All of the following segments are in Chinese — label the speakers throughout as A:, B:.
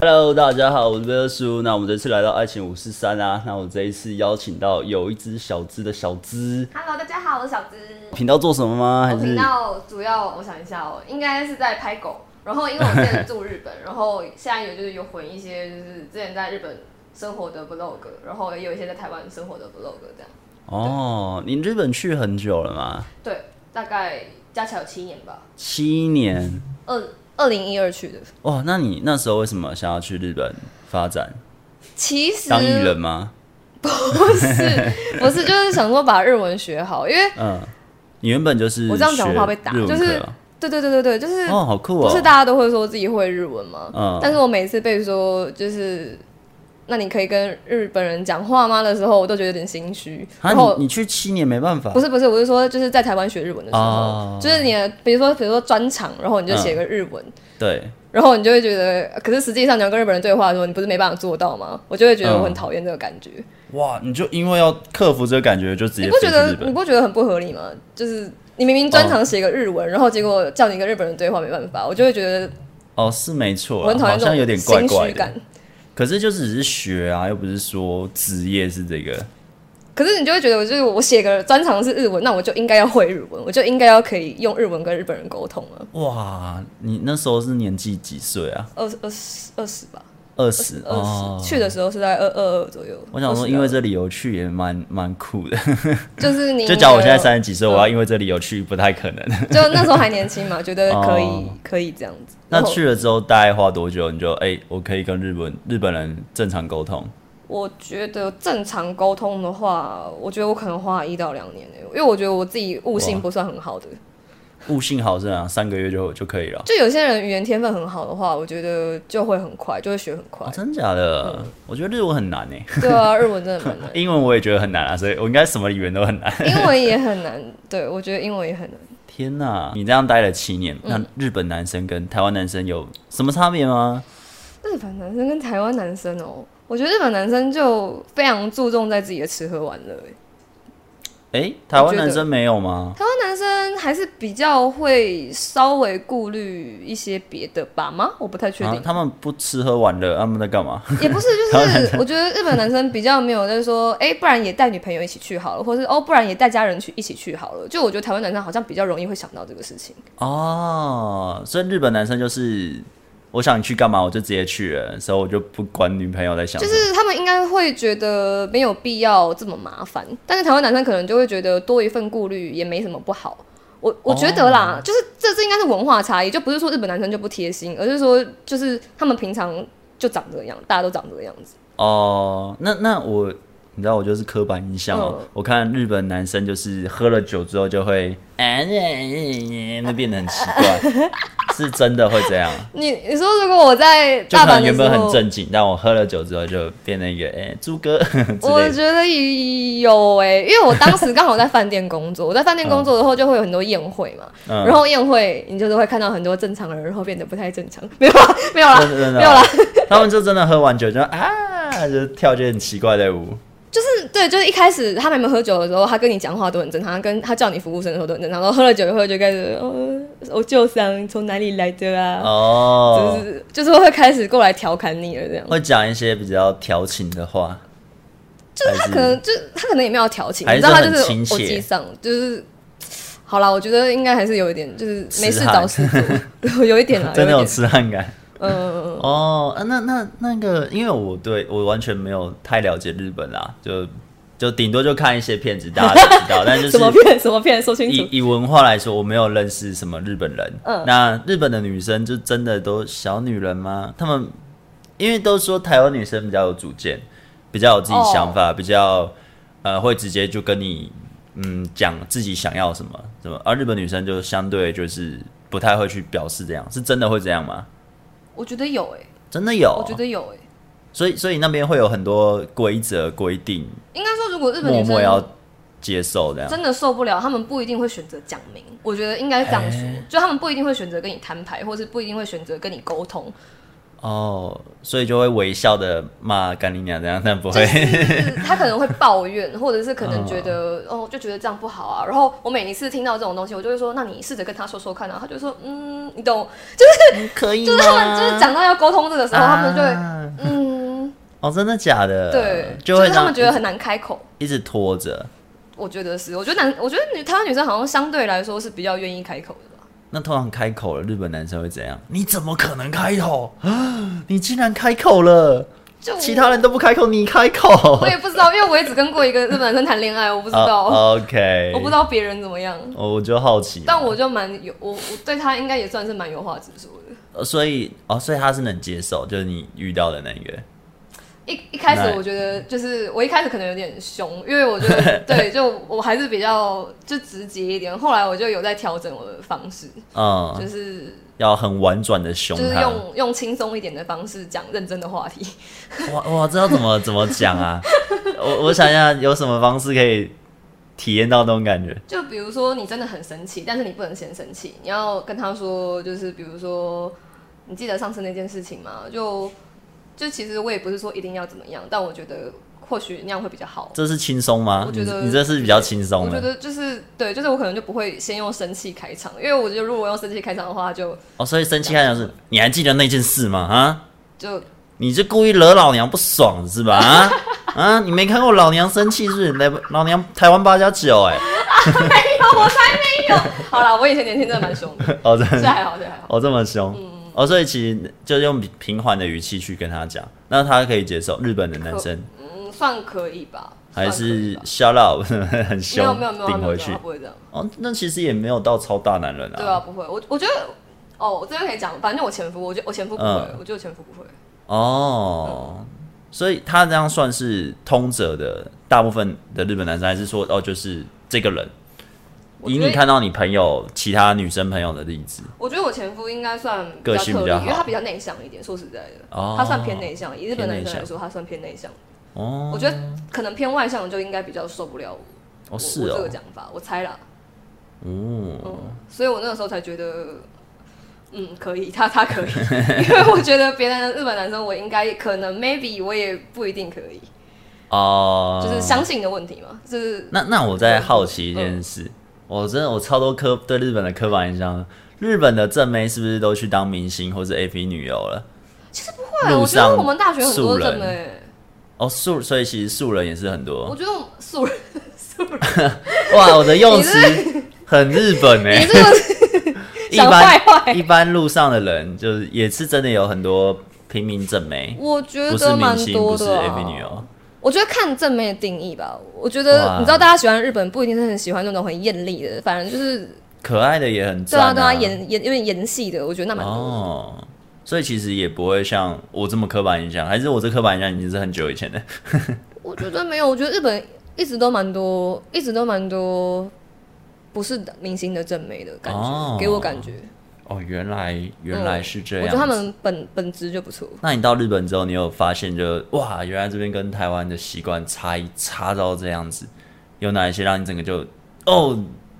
A: Hello，大家好，我是贝尔叔。那我们这次来到爱情五四三啊，那我这一次邀请到有一只小资的小资
B: Hello，大家好，我是小资。
A: 频道做什么吗？还
B: 我哦频
A: 是
B: 道主要我想一下哦，应该是在拍狗。然后因为我之前住 日本，然后现在有就是有混一些就是之前在日本生活的 vlog，然后也有一些在台湾生活的 vlog 这样。
A: 哦，你日本去很久了吗？
B: 对，大概加起来有七年吧，
A: 七年
B: 二二零一二去的。
A: 哇，那你那时候为什么想要去日本发展？
B: 其实
A: 当艺人吗？
B: 不是，就是想说把日文学好，因为
A: 嗯，你原本就是
B: 我这样讲话被打
A: 学日文
B: 就是
A: 课啊
B: 对对对对对，就是
A: 哦，好酷
B: 不
A: 哦，
B: 是大家都会说自己会日文吗？
A: 嗯
B: 但是我每次被说就是，那你可以跟日本人讲话吗的时候，我都觉得有点心虚。
A: 啊，
B: 然后
A: 你你去七年没办法，
B: 不是不是，我是说就是在台湾学日文的时候，
A: 哦嗯
B: 就是你的比如说比如说专场，然后你就写个日文。
A: 对，
B: 然后你就会觉得，可是实际上你要跟日本人对话的时候，你不是没办法做到吗？我就会觉得我很
A: 嗯
B: 讨厌这个感觉。
A: 哇，你就因为要克服这个感觉，就直
B: 你
A: 接
B: 不
A: 飞
B: 觉
A: 去
B: 得
A: 日
B: 你
A: 本，
B: 不觉得很不合理吗？就是你明明专
A: 嗯
B: 场写个日文，然后结果叫你跟日本人对话，没办法，我就会觉得
A: 哦，是没错
B: 我
A: 啦，
B: 很讨厌
A: 好
B: 这
A: 像有
B: 种
A: 点怪
B: 心
A: 怪
B: 虚
A: 的
B: 感。。
A: 可是就只是学啊，又不是说职业是这个。
B: 可是你就会觉得，我就是我写个专长是日文，那我就应该要会日文，我就应该要可以用日文跟日本人沟通了。
A: 哇，你那时候是年纪几岁啊？
B: 二十二十二十吧，
A: 二十
B: 二
A: 哦
B: 十。去的时候是在二二二啊左右。
A: 我想
B: 20
A: 说，
B: 到
A: 因为这理由去也蛮蛮酷 的。
B: 就是你
A: 就假如我现在
B: 那个
A: 三十几岁，我要因为这理由去，不太可 能。
B: 就那时候还年轻嘛，觉得可以、
A: 哦
B: 可以这样子。
A: 那
B: 然后
A: 去了之后，大概花多久？你就哎、我可以跟日本日本人正常沟通。
B: 我觉得正常沟通的话，我觉得我可能花一到两年、欸，因为我觉得我自己悟性
A: 哇
B: 不算很好的。
A: 悟性好是啊，三个月就就可以了。
B: 就有些人语言天分很好的话，我觉得就会很快，就会学很 快
A: 哦，。真假的？我觉得日文很难呢、欸
B: 对啊，日文真的蛮难的。
A: 英文我也觉得很难啊，所以我应该什么语言都很难。
B: 英文也很难，对我觉得英文也很难。
A: 天呐，你这样待了七年，
B: 嗯
A: 那日本男生跟台湾男生有什么差别吗？
B: 日本男生跟台湾男生哦，我觉得日本男生就非常注重在自己的吃喝玩乐，欸诶
A: 诶，台湾
B: 我觉得
A: 男生没有吗？
B: 台湾男生还是比较会稍微顾虑一些别的吧吗？我不太确定，
A: 啊，他们不吃喝玩乐，他们在干嘛？
B: 也不是，就是我觉得日本男生比较没有就是说，哎、不然也带女朋友一起去好了，或是哦，不然也带家人去一起去好了。就我觉得台湾男生好像比较容易会想到这个事情。
A: 哦，所以日本男生就是我想去干嘛我就直接去了，所以我就不管女朋友在想什
B: 就
A: 么。
B: 是他们应该会觉得没有必要这么麻烦，但是台湾男生可能就会觉得多一份顾虑也没什么不好。
A: 哦
B: 我我觉得啦，就是这这应该是文化差异，就不是说日本男生就不贴心，而是说就是他们平常就长这样，大家都长这个样子。
A: 哦，那那我你知道我就是刻板印象哦，
B: 嗯
A: 我看日本男生就是喝了酒之后就会，哎、那变得很奇怪， 是真的会这样。
B: 你你说如果我在
A: 就
B: 大
A: 可
B: 阪
A: 能
B: 的
A: 原
B: 时
A: 本很
B: 候，
A: 正经，但我喝了酒之后就变成一个哎猪哥之
B: 我
A: 类的。
B: 觉得有欸诶、因为我当时刚好在饭店工作，我在饭店工作的后就会有很多宴会嘛，
A: 嗯
B: 然后宴会你就是会看到很多正常人，然后变得不太正常， 没有啦，没有啦，
A: 真的啊真的
B: 啊没有啦。
A: 他们就真的喝完酒就啊，就跳一些很奇怪的舞。
B: 就是对，就是一开始他们没有喝酒的时候，他跟你讲话都很正常，他跟他叫你服务生的时候都很正常，然后喝了酒以后就开始，哦，我旧伤从哪里来的啊？
A: 哦，
B: 就是就是会开始过来调侃你了这样。
A: 会讲一些比较调情的话，
B: 就是他可能就他可能也没有调情，
A: 还
B: 你
A: 是
B: 知道他
A: 很
B: 就是
A: 亲
B: 我
A: 切
B: 机上就是。好啦，我觉得应该还是有一点，就是没事
A: 痴汉
B: 找事做，有一点啦，
A: 真的
B: 有
A: 有
B: 一点，
A: 痴汉感。
B: 嗯，
A: 哦，啊、那那那个，因为我对我完全没有太了解日本啦，就就顶多就看一些片子，大家都知道，但就
B: 什么
A: 是
B: 骗什么骗，说清楚
A: 以。以文化来说，我没有认识什么日本人。
B: 嗯
A: 那日本的女生就真的都小女人吗？她们因为都说台湾女生比较有主见，比较有自己想
B: 哦
A: 法，比较呃会直接就跟你嗯讲自己想要什么什么，而日本女生就相对就是不太会去表示这样，是真的会这样吗？
B: 我觉得有诶、
A: 真的有，
B: 我觉得有欸诶、
A: 所以所以那边会有很多规则规定，
B: 应该说如果日本
A: 默
B: 女生
A: 默要接受这样。
B: 真的受不了，他们不一定会选择讲明。
A: 哎
B: 我觉得应该这样说，就他们不一定会选择跟你摊牌，或是不一定会选择跟你沟通。
A: 哦，所以就会微笑的骂干你娘这样，但不会、
B: 就是他可能会抱怨，或者是可能觉得
A: 嗯
B: 哦就觉得这样不好啊。然后我每一次听到这种东西，我就会说，那你试着跟他说说看啊。他就说，嗯，你懂，
A: 可以吗？
B: 就是他们就是讲到要沟通这个时候，
A: 嗯啊
B: 他们就会， 嗯，
A: 哦，真的假的？
B: 对，
A: 就
B: 就
A: 会
B: 是他们
A: 让
B: 觉得很难开口。
A: 一直拖着。
B: 我觉得是，我觉得男，我觉得女台湾女生好像相对来说是比较愿意开口的吧。
A: 那通常开口了，日本男生会怎样？你怎么可能开口？ 啊你竟然开口了，
B: 就
A: 其他人都不开口，你开
B: 我
A: 口。
B: 也不知道，因为我也只跟过一个日本男生谈恋爱，我不知道，
A: 哦 OK，
B: 我不知道别人怎么样，
A: 哦，我就好奇嘛。
B: 但我就蛮有，我我对他应该也算是蛮有话直说的。
A: 呃所以哦，所以他是能接受，就是你遇到的那一个。
B: 一一开始
A: 那
B: 我觉得就是我一开始可能有点凶，因为我觉 得对，就我还是比较就直接一点。后来我就有在调整我的方式，
A: 嗯，
B: 就是
A: 要很婉转的凶
B: 就是
A: 他。
B: 用用轻松一点的方式讲认真的话题。
A: 哇哇，这要怎么怎么讲啊？我我想一下，有什么方式可以体验到那种感觉？
B: 就比如说你真的很生气，但是你不能先生气，你要跟他说，就是比如说你记得上次那件事情吗？就就其实我也不是说一定要怎么样，但我觉得或许那样会比较好。
A: 这是轻松吗？
B: 我
A: 你
B: 觉得
A: 你这是比较轻
B: 我
A: 松
B: 觉
A: 的
B: 得就是对，就是我可能就不会先用生气开场，因为我觉得如果我用生气开场的话就，
A: 哦，所以生气看讲是，你还记得那件事吗？啊，
B: 就
A: 你是故意惹老娘不爽是吧？啊啊，你没看过老娘生气是不是？来老娘台湾八加九哎，
B: 好啦。我以前年轻真的 蛮凶的，
A: 哦真
B: 现
A: 的
B: 在还好，现在还好。
A: 哦这么凶。
B: 嗯
A: 哦，所以其实就用平平缓的语气去跟他讲，那他可以接受。日本的男生
B: 嗯，算可以吧？
A: 还
B: 算可以
A: 是
B: 吧
A: shut up，很
B: 没有
A: 凶
B: 没有没有，他
A: 顶
B: 没有
A: 回
B: 这样
A: 去
B: 他。不会这样。
A: 哦，那其实也没有到超大男人
B: 对啊，不会。我我觉得，哦，我这边可以讲，反正我前夫，我觉得我前夫不会，
A: 嗯
B: 我觉得我前夫不会。
A: 哦，所以他这样算是通则的大部分的日本男生，还是说哦，就是这个人？
B: 我
A: 以
B: 觉得
A: 你看到你朋友其他女生朋友的例子，
B: 我觉得我前夫应该算
A: 个
B: 特
A: 性比
B: 例，
A: 较好
B: 因为他比较内向一点。说实在的，
A: 哦
B: 他算偏内向，以日本
A: 偏内
B: 男生来
A: 向
B: 说，他算偏内向。
A: 哦
B: 我觉得可能偏外向的就应该比较受不了我,我、
A: 哦是
B: 我这
A: 哦
B: 个，讲法，我猜啦。
A: 哦，
B: 嗯，所以我那个时候才觉得。嗯，可以， 他他可以，因为我觉得别的日本男生，我应该可能 maybe 我也不一定可以，
A: 哦，
B: 就是相信的问题嘛，就是
A: 那那我在好奇一件事，
B: 嗯
A: 我真的我超多刻对日本的刻板印象，日本的正妹是不是都去当明星或是 A P 女优了？其实不
B: 对，
A: 路
B: 啊我觉得
A: 上
B: 我们大学很
A: 素
B: 多
A: 人
B: 人哎，
A: 哦素，所以其实素人也是很多
B: 我。觉得我们素 人，
A: 哇，我的用词很日本哎、
B: 你这个是
A: 一
B: 想坏坏
A: 般一般路上的人，就是也是真的有很多平民正妹，
B: 我觉
A: 不是
B: 得
A: 明
B: 蛮
A: 星，
B: 多
A: 不是
B: 的、
A: AV
B: 啊。
A: 女优。
B: 我觉得看正妹的定义吧。我觉
A: 哇
B: 得你知道，大家喜欢日本不一定是很喜欢那种很艳丽的，反正就是
A: 可爱的也很
B: 对啊
A: 赞、
B: 对啊，演演有点演戏的，我觉得那蛮多的。
A: 哦。所以其实也不会像我这么刻板印象，还是我这刻板印象已经是很久以前的。
B: 我觉得没有，我觉得日本一直都蛮多，一直都蛮多不是明星的正妹的感觉，
A: 哦
B: 给我感觉。
A: 哦，原来原
B: 嗯
A: 来是这
B: 我
A: 样、
B: 觉得他们本本质就不错。
A: 那你到日本之后，你有发现就哇，原来这边跟台湾的习惯差异差到这样子，有哪一些让你整个就哦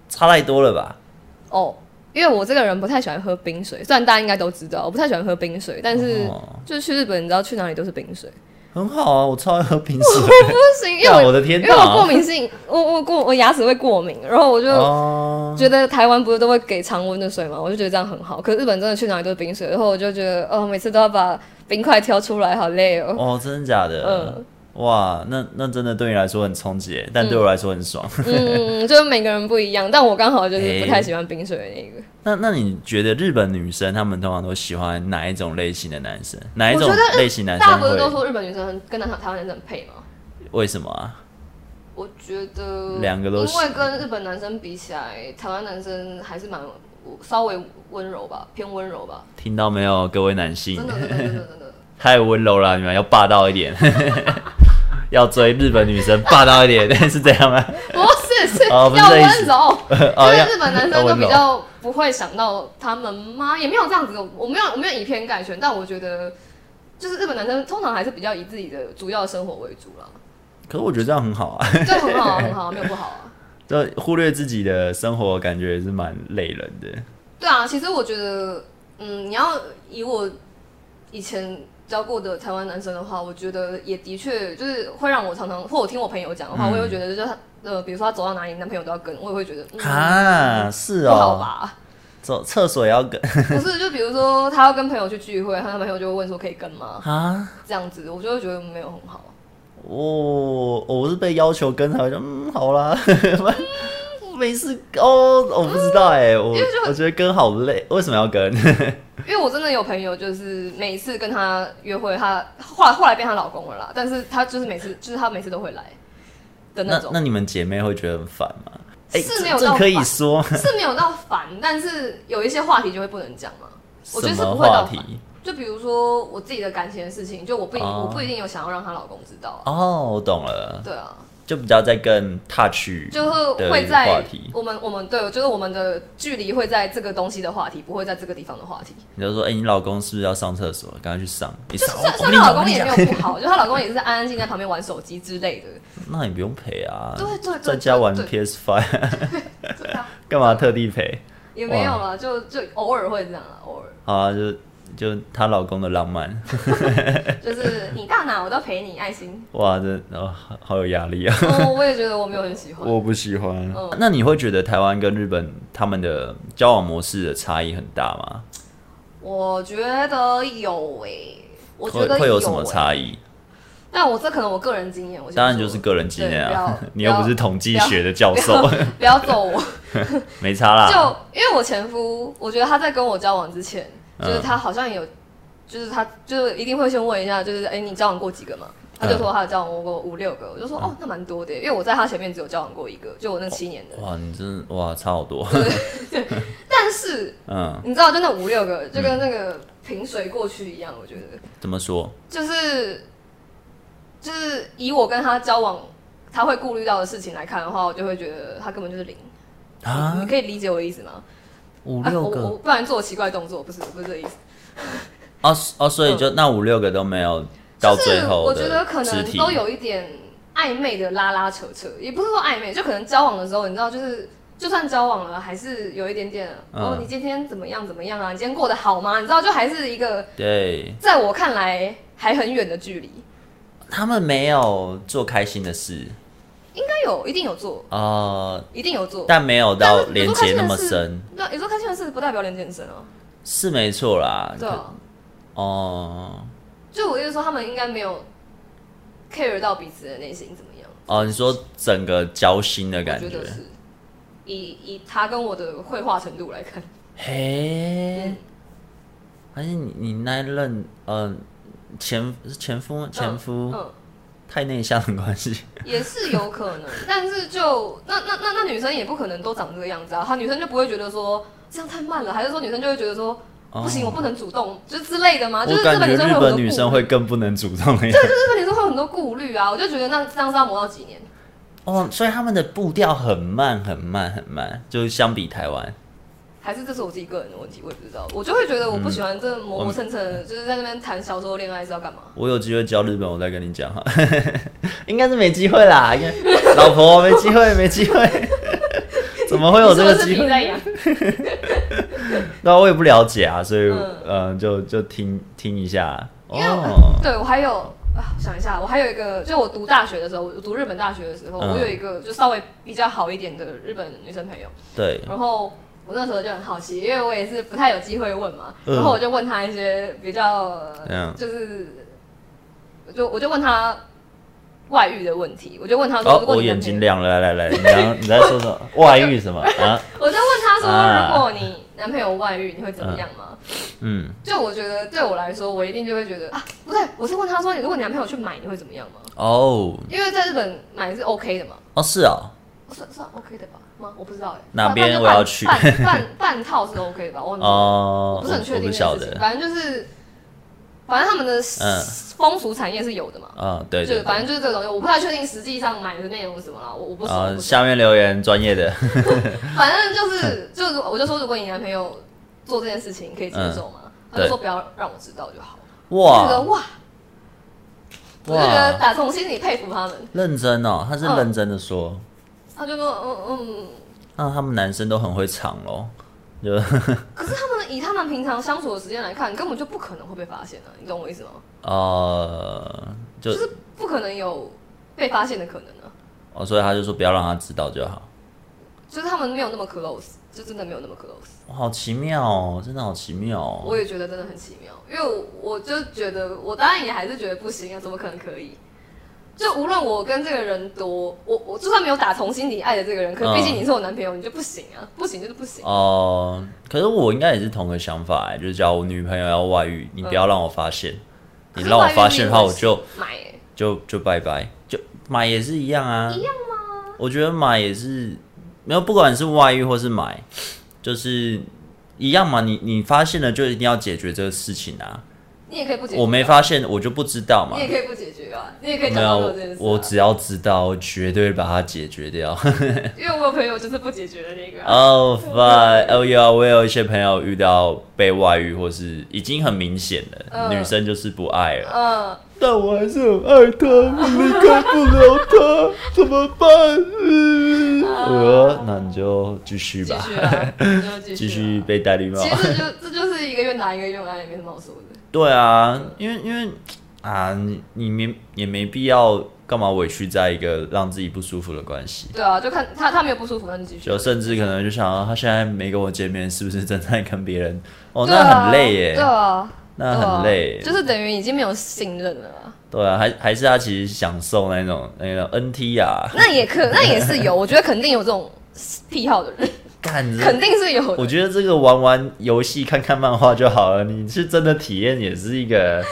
A: 差太多了吧？
B: 哦，因为我这个人不太喜欢喝冰水，虽然大家应该都知道，我不太喜欢喝冰水，但是
A: 哦
B: 就是去日本，你知道去哪里都是冰水，
A: 很好啊，我超爱喝冰水。
B: 不行， 因为
A: 干
B: 我
A: 我的天
B: 因
A: 哪
B: 为我过敏性，我我过我牙齿会过敏，然后我就
A: 哦，
B: 觉得台湾不是都会给常温的水嘛，我就觉得这样很好。可是日本真的去哪里都是冰水，然后我就觉得哦，每次都要把冰块挑出来，好累哦。
A: 哦，真的假
B: 呃
A: 的？哇，那那真的对你来说很冲击耶，但对我来说很爽。
B: 嗯，就是每个人不一样，但我刚好就是
A: 诶
B: 不太喜欢冰水的那个。
A: 那那你觉得日本女生她们通常都喜欢哪一种类型的男生？哪一种
B: 我觉得
A: 类型男
B: 大家
A: 生
B: 不是都
A: 会？
B: 说日本女生很跟男台湾男生很配吗？
A: 为什么啊？
B: 我觉得
A: 两个都
B: 因为跟日本男生比起来，台湾男生还是蛮稍微温柔吧，偏温 柔吧，
A: 听到没有，各位男性
B: 真，的真的真的真的。
A: 太温柔了，你们要霸道一点， 要追日本女生霸道一点， 是这 样吗？
B: 不是，是
A: 哦不是
B: 要
A: 这意
B: 温
A: 思
B: 柔，
A: 哦
B: 因为
A: 要
B: 日本男生
A: 要
B: 都
A: 温
B: 比
A: 柔
B: 较不会想到他们吗？也没有这样子的，我没有我没有以偏概全，但我觉得就是日本男生通常还是比较以自己的主要生活为主啦，
A: 可是我觉得这样很好啊，
B: 这很好啊，很好啊，没有不好啊。
A: 就忽略自己的生活，感觉也是蛮累人的。
B: 对啊，其实我觉得，嗯，你要以我以前交过的台湾男生的话，我觉得也的确就是会让我常常，或我听我朋友讲的话，
A: 嗯
B: 我也会觉得就是他呃，比如说他走到哪里，男朋友都要跟，我也会觉得、嗯、
A: 啊，是
B: 不好
A: 哦，
B: 吧？
A: 走厕所也要跟
B: 不是，就比如说他要跟朋友去聚会，他男朋友就会问说可以跟吗？
A: 啊，
B: 这样子，我就会觉得没有很好。
A: 我哦我是被要求跟才会说，嗯，好啦， 没事哦，我不知道哎、我
B: 嗯因为就
A: 我觉得跟好累，为什么要跟？
B: 因为我真的有朋友，就是每一次跟他约会，他后来后来变她老公了啦，但是他就是每次就是他每次都会来的那
A: 那
B: 种
A: 那，你们姐妹会觉得很烦吗？哎、
B: 是
A: 这
B: 没有
A: 这
B: 到
A: 可以
B: 烦
A: 说
B: 是没有到烦，但是有一些话题就会不能讲嘛。我觉
A: 什
B: 得是
A: 么
B: 不会
A: 话
B: 到烦。
A: 题？
B: 就比如说我自己的感情的事情，就我不一定、
A: 哦
B: 我不一定有想要让她老公知道啊。
A: 哦，我懂了，
B: 对啊，
A: 就比较在更 touch
B: 就是会
A: 的话
B: 在
A: 题。
B: 我们我们对，就是我们的距离会在这个东西的话题，不会在这个地方的话题。
A: 你就说，哎、你老公是不是要上厕所？赶快去上。你上，
B: 虽虽然她老公也没有不好，就她老公也是安安静静在旁边玩手机之类的。
A: 那你不用陪啊。
B: 对对对
A: 在家玩
B: 对啊
A: PS Five，
B: 对啊，
A: 干嘛特地陪？
B: 也没有啦，就就偶尔会这样啦， 偶尔
A: 好啊，就就她老公的浪漫，
B: 就是你到哪我都陪你，爱心。
A: 哇，这哦好好有压 力啊。
B: 哦，我也觉得我没有很喜欢。
A: 不喜欢。
B: 嗯
A: 那你会觉得台湾跟日本他们的交往模式的差异很大吗？
B: 我觉得有诶、我觉
A: 会
B: 得
A: 会有
B: 有
A: 什么
B: 欸
A: 差异？
B: 但我这可能我个人经验，我先
A: 当然
B: 说
A: 就是个人经验啊
B: 对不要，
A: 你又不是统计学的教授，
B: 不要揍我。
A: 没差啦。
B: 就因为我前夫，我觉得他在跟我交往之前，就是
A: 嗯
B: 他好像有，就是他就是一定会先问一下，就是哎、诶你交往过几个嘛？
A: 嗯
B: 他就说他有交往过五六个，我就说哦，那蛮多的耶，因为我在他前面只有交往过一个，就我那七年的。
A: 哇，你真的哇差好多。
B: 但是
A: 嗯，
B: 你知道，真的五六个就跟那个平水过去一样，我觉得
A: 怎么说？
B: 就是就是以我跟他交往，他会顾虑到的事情来看的话，我就会觉得他根本就是零。你
A: 啊
B: 你，可以理解我的意思吗？
A: 五
B: 啊
A: 六
B: 我我
A: 个
B: 不然做奇怪动作，不是不是这个意思。
A: 哦是哦，所以就那五六个都没有到最后
B: 嗯就是我觉得可
A: 的肢
B: 能
A: 体
B: 都有一点暧昧的拉拉扯扯，也不是说暧昧，就可能交往的时候，你知道，就是就算交往了，还是有一点点、
A: 嗯
B: 哦，你今天怎么样怎么样啊？你今天过得好吗？你知道，就还是一个
A: 对，
B: 在我看来还很远的距离，应
A: 他们没有做开心的事
B: 该有一定有做，
A: 呃，
B: 一定有做。
A: 但没有
B: 但
A: 到
B: 是你
A: 连
B: 说开
A: 接
B: 心
A: 那
B: 的
A: 么
B: 事啊
A: 深，，
B: 那你说开心的事不代表连接很深哦，
A: 是没错啦。
B: 对啊，
A: 可哦
B: 就我意思说他们应该没有 care 到彼此的内心怎么样。
A: 哦，你说整个交心的
B: 我
A: 感
B: 觉
A: 觉
B: 得，是，以以他跟我的绘画程度来看，
A: 嘿哎
B: 嗯。
A: 还是你你那一任呃前是前夫吗前夫、
B: 嗯，
A: 太内向的关系，
B: 也是有可能，但是就那那那那女生也不可能都长这个样子啊，她女生就不会觉得说这样太慢了，还是说女生就会觉得说
A: 哦
B: 不行，我不能主动，就之类的嘛，啊就是
A: 我
B: 日
A: 感觉
B: 本女
A: 日
B: 生会有很
A: 本
B: 多
A: 女生
B: 顾虑
A: 会更不能主动的样
B: 对，就日本女生会有很多顾虑啊，我就觉得那这样是要磨到几年，
A: 哦，所以他们的步调很慢很慢很慢，就是相比台湾，
B: 还是这是我自己个人的问题，我也不知道，我就会觉得我不喜欢这磨磨蹭蹭的，就是在那边谈小时候恋爱是要干嘛？
A: 我有机会教日本，我再跟你讲哈， 应该是没机会啦， 应该老婆没机会没机会，怎么会有这个
B: 你是
A: 机
B: 不是
A: 会
B: 皮？在痒？
A: 那我也不了解啊，所以
B: 嗯
A: 呃，就就听听一下
B: 因为我、
A: 哦，
B: 对我还有啊，我想一下，我还有一个，就我读大学的时候，我读日本大学的时候，
A: 嗯
B: 我有一个就稍微比较好一点的日本女生朋友，
A: 对，
B: 然后。我那时候就很好奇，因为我也是不太有机会问嘛，
A: 嗯
B: 然后我就问她一些比较，
A: 嗯
B: 就是，我就我就问她外遇的问题，我就问她说，
A: 哦
B: 如，果
A: 我
B: 你男
A: 眼
B: 朋友
A: 睛亮了，来来来，你刚你在说什么？ 外遇什么啊？
B: 我就问她
A: 啊
B: 说，如果你男朋友外遇，你会怎么样吗？
A: 嗯，
B: 就我觉得对我来说，我一定就会觉得啊，不对，我是问她说，如果你男朋友去买，你会怎么样吗？
A: 哦
B: 因为在日本买是 OK 的嘛，
A: 哦是哦，
B: 算算 OK 的吧？吗？我不知道哎、欸。
A: 哪边
B: 半
A: 我要去
B: 半半半半套是 OK 的吧？我忘记了，
A: 哦，
B: 嗯我不是很确
A: 我
B: 定这
A: 不
B: 件
A: 晓
B: 事情。
A: 得，
B: 反正就是，反正他们的
A: 嗯
B: 风俗产业是有的嘛。
A: 嗯，对
B: 就
A: 对
B: 是反正就是这个东西，我不太确定实际上买的内容是什么啦，我我不熟。我
A: 啊，
B: 不熟
A: 下面留言专业 的，
B: 反正就是
A: 嗯
B: 就是，我就说如果你男朋友做这件事情可以接受吗？他
A: 嗯
B: 就
A: 对
B: 说不要让我知道就好。我就觉得
A: 哇
B: 哇，我就觉得
A: 哇，
B: 打从心里佩服他们。
A: 认真哦，他是
B: 嗯
A: 认真的说，
B: 他就说嗯嗯，
A: 那他们男生都很会藏咯，就
B: 可是他们以他们平常相处的时间来看，根本就不可能会被发现啊！你懂我意思吗？
A: 呃，就
B: 就是不可能有被发现的可能啊！
A: 哦，所以他就说不要让他知道就好。
B: 就是他们没有那么 close，就真的没有那么 close。
A: 哇好奇妙哦，真的好奇妙
B: 我
A: 哦。
B: 也觉得真的很奇妙，因为我我就觉得，我当然也还是觉得不行啊，怎么可能可以？就无论我跟这个人多，我我就算没有打从心底爱的这个人，可
A: 嗯
B: 毕竟你是我男朋友，你就不行啊，不行就是不行。
A: 哦、可是我应该也是同个想法哎，就是假如我女朋友要外遇，你不要让我发现，你
B: 嗯
A: 让我发现的话，我就
B: 买、欸
A: 就就拜拜，就买也是一样啊，一样吗？我觉得买也是没有，不管是外遇或是买，就是一样嘛。你你发现了就一定要解决这个事情啊，
B: 你也可以不解决、啊，
A: 我没发现我就不知道嘛
B: 你也。可以不解决啊，你也可以
A: 没
B: 假装没
A: 有
B: 有这件事、啊，
A: 我只要知道，我绝对把它解决掉。
B: 因为我有朋友就是不解决的那个、啊。
A: 哦 fine，哦有，我有一些朋友遇到被外遇，或是已经很明显了，
B: 嗯
A: 女生就是不爱了，
B: 嗯，
A: 但我还是很爱他，我离开不了他，怎么办？嗯呃，那你就继续
B: 继
A: 吧，
B: 续啊，你就继续、啊，
A: 继续。被戴绿帽
B: 其。实这就这就是一个愿打一个愿挨，也没什么好说的。
A: 对啊，因为因为啊，你你没也没必要干嘛委屈在一个让自己不舒服的关系。
B: 对啊，就看他他没有不舒服，那就继续。啊
A: 就甚至可能就想到他现在没跟我见面，是不是正在跟别人？哦，
B: 对啊
A: 那很累耶，
B: 对啊，
A: 那很累耶
B: 对啊就是等于已经没有信任了啊。
A: 对啊，还还是他其实享受那种那个 NT 啊，
B: 那也可那也是 有，我觉得肯定有这种癖好的人，
A: 干这
B: 肯定是有
A: 我
B: 的。
A: 觉得这个玩玩游戏、看看漫画就好了。你是真的体验，也是一 个，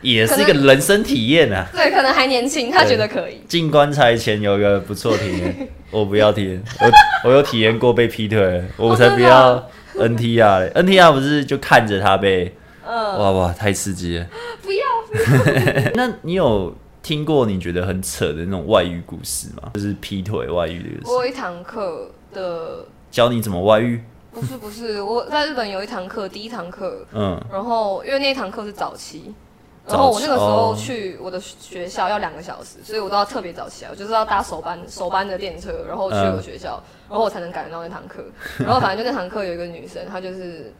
A: 也是一个人生体验啊。
B: 对，可能还年轻，他觉得可以。
A: 进棺材前有个不错体 验，我不要体验，我我有体验过被劈腿，我才不
B: 哦
A: 要
B: 啊
A: NTR 嘞。NTR 不是就看着他被，
B: 嗯，
A: 哇哇，太刺激了。
B: 不要。
A: 那你有听过你觉得很扯的那种外遇故事吗？就是劈腿外遇的故事，
B: 我有一堂课的
A: 教你怎么外遇？
B: 不是不是，我在日本有一堂课，第一堂课，
A: 嗯，
B: 然后因为那一堂课是早期，然后我那个时候
A: 早哦期
B: 去我的学校要两个小时，所以我都要特别早起来，我就是要搭首班首班的电车，然后去
A: 嗯
B: 我学校，然后我才能赶得到那堂课。然后反正就那堂课有一个女生，她就是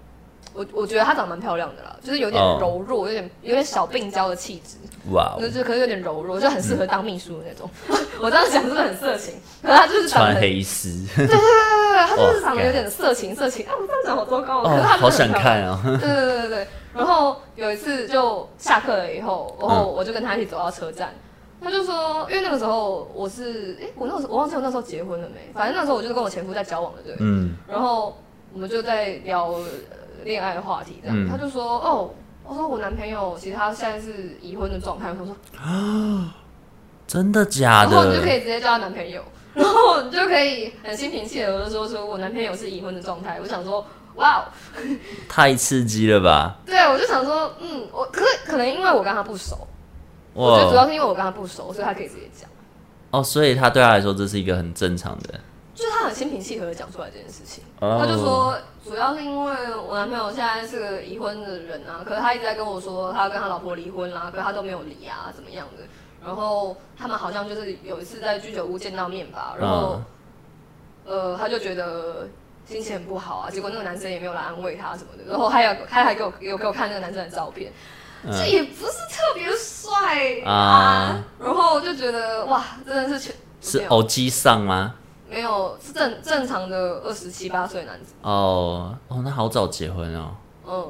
B: 我我觉得她长蛮漂亮的啦，就是有点
A: 哦
B: 柔弱，有点有点小病娇的气质，
A: 哇哦
B: 就，就可是有点柔弱，就很适合当秘书的那种。 我这样讲真的很色情，可是她就是长
A: 穿
B: 得
A: 黑丝，
B: 对，他就是
A: 哦
B: 长得有
A: 干
B: 点色情色情。啊，我这样讲好糟糕哦。可
A: 哦
B: 是他，
A: 好想
B: 看。
A: 看啊。
B: 对对对对对。然后有一次就下课了以后，然
A: 嗯
B: 后我就跟他一起走到车站，他就说，因为那个时候我是，哎，我那个时候我忘记我那时候结婚了没，反正那时候我就是跟我前夫在交往的，对。
A: 嗯，
B: 然后我们就在聊呃恋爱的话题，这样。
A: 嗯
B: 他就说，哦，我说我男朋友其实他现在是已婚的状态，我说
A: 真的假
B: 然后哦你就可
A: 的？
B: 以直接叫她男朋友， 然后你就可以很心平气和的说说我男朋友是已婚的状态。我想说，哇哦，
A: 太刺激了吧！
B: 对我就想说，嗯，我可是可能因为我跟他不熟，我觉得主要
A: 哇
B: 是因为我跟他不熟，所以他可以直接讲，
A: 哦，所以他对他来说这是一个很正常的。
B: 就是他很心平气和的讲出来这件事情。
A: 哦
B: 他就说，主要是因为我男朋友现在是个已婚的人啊，可是他一直在跟我说他要跟他老婆离婚啦、可是他都没有离啊，怎么样的。然后他们好像就是有一次在居酒屋见到面吧，然后、
A: 嗯
B: 呃，他就觉得心情很不好啊，结果那个男生也没有来安慰他什么的，然后还有他还给我有给我看那个男生的照片，
A: 嗯
B: 这也不是特别帅啊
A: 啊，
B: 然后我就觉得哇，真的是全
A: 是哦
B: 没有
A: 偶机上吗？
B: 没有是正正常的二十七八岁的男子，
A: 哦哦，那好早结婚哦。
B: 嗯，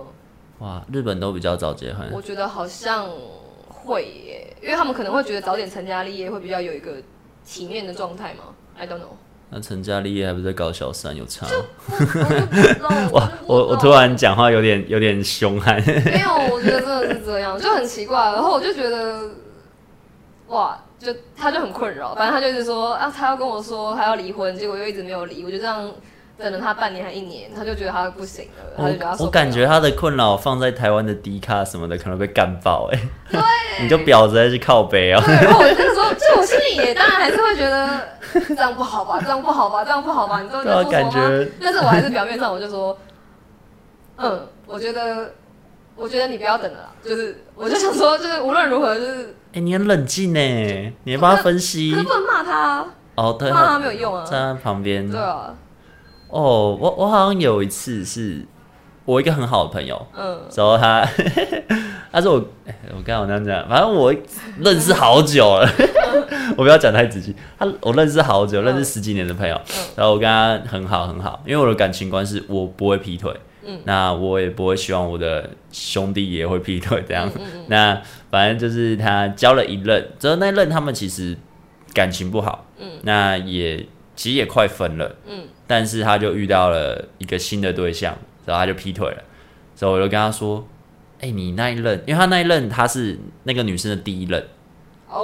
A: 哇，日本都比较早结婚
B: 我觉得好像会耶，因为他们可能会觉得早点成家立业会比较有一个体面的状态嘛，I don't know，
A: 那成家立业还不是在搞小三，有差吗？
B: 哇
A: 我我突然讲话有点有点凶悍，
B: 没有，我觉得真的是这样，就很奇怪。然后我就觉得，哇，就他就很困扰，反正他就一直说啊，他要跟我说他要离婚，结果又一直没有离，我就这样等了他半年还一年，他就觉得他不行了，他就觉得他受
A: 我
B: 不了
A: 我感觉他的困扰放在台湾的低卡什么的可能被干爆 哎、 你就婊子还是靠北哦。
B: 对，然后我就那个时候，就我心里也当然还是会觉得这样不好吧，这样不好吧，这样不好吧，你知道你在做什么
A: 对啊
B: 吗
A: 感觉？
B: 但是我还是表面上我就说，嗯，我觉得，我觉得你不要等了啦，就是我就想说，就是无论如何就是。
A: 哎、你很冷静哎，你要帮他分析
B: 可是不能骂他、啊，
A: 哦。对，
B: 骂他
A: 他
B: 没有用啊。
A: 在他旁边
B: 对啊，
A: 哦，我我好像有一次是，我一个很好的朋友，
B: 嗯，
A: 然后他 他是我，哎我刚好那样讲，反正我认识好久了， 我不要讲太仔细。他我认识好久，认识十几年的朋友，然后我跟他很好很好，因为我的感情观是我不会劈腿，嗯，那我也不会希望我的兄弟也会劈腿这样。那反正就是他交了一任，之后那任他们其实感情不好，嗯，那也其实也快分了，嗯，但是他就遇到了一个新的对象，然后他就劈腿了，所以我就跟他说。哎、你那一任，因为他那一任他是那个女生的第一任，
B: 哦，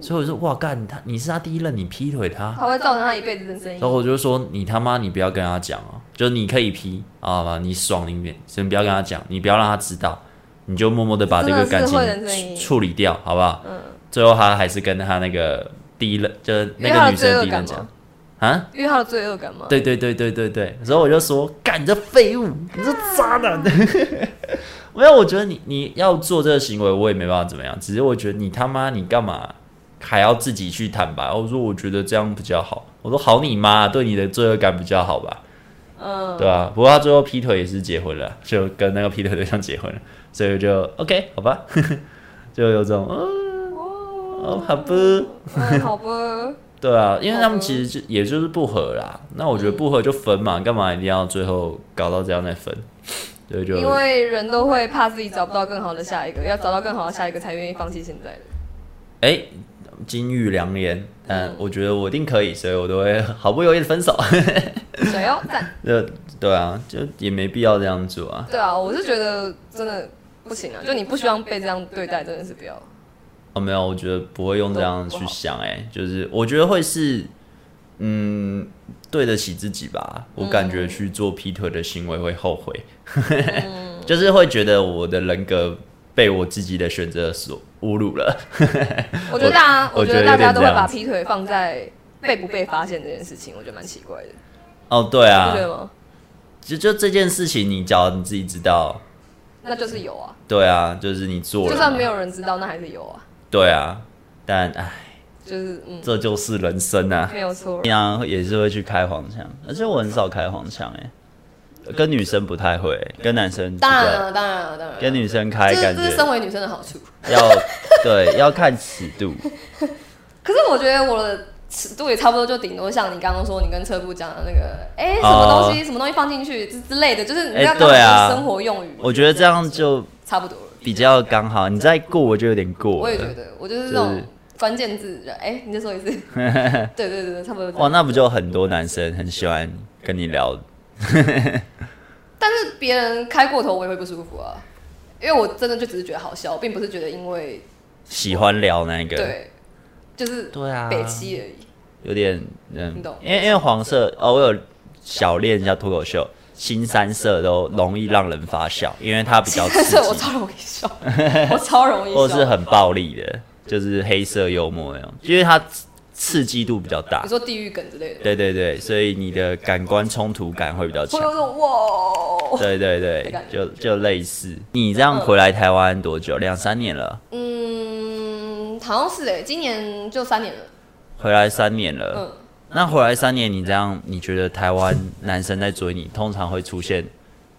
A: 所以我就说哇干，他你是他第一任，你劈腿他，
B: 他会造成他一辈子的生
A: 然
B: 意。
A: 后我就说你他妈你不要跟他讲哦、就是你可以劈啊，你爽一点，先不要跟他讲，你不要让他知道，你就默默的把这个感情
B: 真的是会人生
A: 处
B: 赢
A: 处理掉，好不好？嗯。最后他还是跟他那个第一任，就是那
B: 因为
A: 个
B: 他有
A: 女生的第一
B: 罪恶感
A: 任
B: 吗
A: 讲啊，
B: 因为他的罪恶感吗？
A: 对对对对对对，所以我就说，干你这废物，你这渣男。 没有，我觉得你你要做这个行为，我也没办法怎么样。只是我觉得你他妈你干嘛还要自己去坦白？我说我觉得这样比较好。我说好你妈，对你的罪恶感比较好吧？
B: 嗯，
A: 对吧、不过他最后劈腿也是结婚了，就跟那个劈腿对象结婚了，所以我就 OK 好吧， 就有种嗯哦好不。
B: 嗯，好吧。
A: 对啊，因为他们
B: 哦嗯
A: 其实就也就是不合啦。那我觉得不合就分嘛，干嘛一定要最后搞到这样再分？ 对， 就
B: 因为人都会怕自己找不到更好的下一个，要找到更好的下一个才愿意放弃现在的。
A: 哎，金玉良言，
B: 嗯
A: 但我觉得我一定可以，所以我都会毫不犹豫的分手。
B: 谁要 赞？
A: 就对啊，就也没必要这样做啊。
B: 对啊，我是觉得真的不行啊，就你不希望被这样对待，真的是不要。
A: 哦，没有，我觉得不会用这样去想、哎，就是我觉得会是，嗯，对得起自己吧。我感
B: 嗯
A: 觉去做劈腿的行为会后悔，
B: 嗯
A: 就是会觉得我的人格被我自己的选择所侮辱了。
B: 我觉得大家，
A: 我
B: 我
A: 觉
B: 觉
A: 得有
B: 得大
A: 点
B: 家都会
A: 这样
B: 把
A: 子
B: 劈腿放在被不被发现这件事情，我觉得蛮奇怪的，
A: 哦，对
B: 你
A: 啊
B: 不觉，得吗？
A: 就就这件事情，你只要你自己知道，
B: 那就是有啊，
A: 对啊，就是你做了
B: 就
A: 嘛，
B: 算没有人知道，那还是有啊，
A: 对啊，但哎，
B: 就是嗯，
A: 这就是人生啊。
B: 没有错
A: 平。常也是会去开黄腔，而且我很少开黄腔哎、跟女生不太会、跟男生
B: 当然
A: 比
B: 了，当然了，当然
A: 较
B: 了，
A: 跟女生开
B: 这
A: 感
B: 是这是身
A: 觉
B: 为女生的好处。
A: 要对要看尺度，
B: 可是我觉得我的尺度也差不多，就顶多像你刚刚说，你跟车夫讲的那个，哎、什么东西、什么东西放进去之之类的，就是你
A: 啊哎
B: 要
A: 对啊
B: 生活用语。
A: 我觉得这样就
B: 差不多了。
A: 比较刚好。你再过我就有点过
B: 我也觉
A: 了，
B: 得，我就是这种
A: 是
B: 关键字，哎、你再说一 次。对对对对，差不多。
A: 哇，那不就很多男生很喜欢跟你聊？
B: 但是别人开过头，我也会不舒服啊，因为我真的就只是觉得好笑，并不是觉得因为
A: 喜欢聊那个，
B: 对，就是
A: 对啊
B: 北七而已。
A: 有点嗯
B: 你懂，
A: 因为因为黄色哦，我有小练一下脱口秀，新三色都容易让人发笑，因为它比较刺
B: 但
A: 激
B: 是，我超容易笑，我超容易
A: 或
B: 笑
A: 是。很暴力的，就是黑色幽默那种，因为它刺刺激度比较大
B: 你。说地狱梗之类的，
A: 对对对，所以你的感官冲突感会比较
B: 会
A: 强
B: 有。那种哇。哦
A: 对对
B: 的
A: 对
B: 感，觉
A: 就就类似。你这样回来台湾多久？两三年了，
B: 嗯，好像是哎、今年就三年了。
A: 回来三年了。
B: 嗯，
A: 那回来三年，你这样，你觉得台湾男生在追你，通常会出现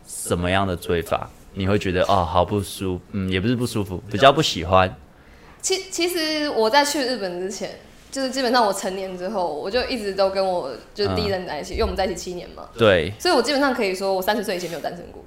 A: 什么样的追法？你会觉得哦，好不舒服，嗯，也不是不舒服，比较不喜欢。
B: 其其实我在去日本之前，就是基本上我成年之后，我就一直都跟我就是第一任在
A: 嗯
B: 一起，因为我们在一起七年嘛，
A: 对，
B: 所以我基本上可以说我三十岁以前没有单身过，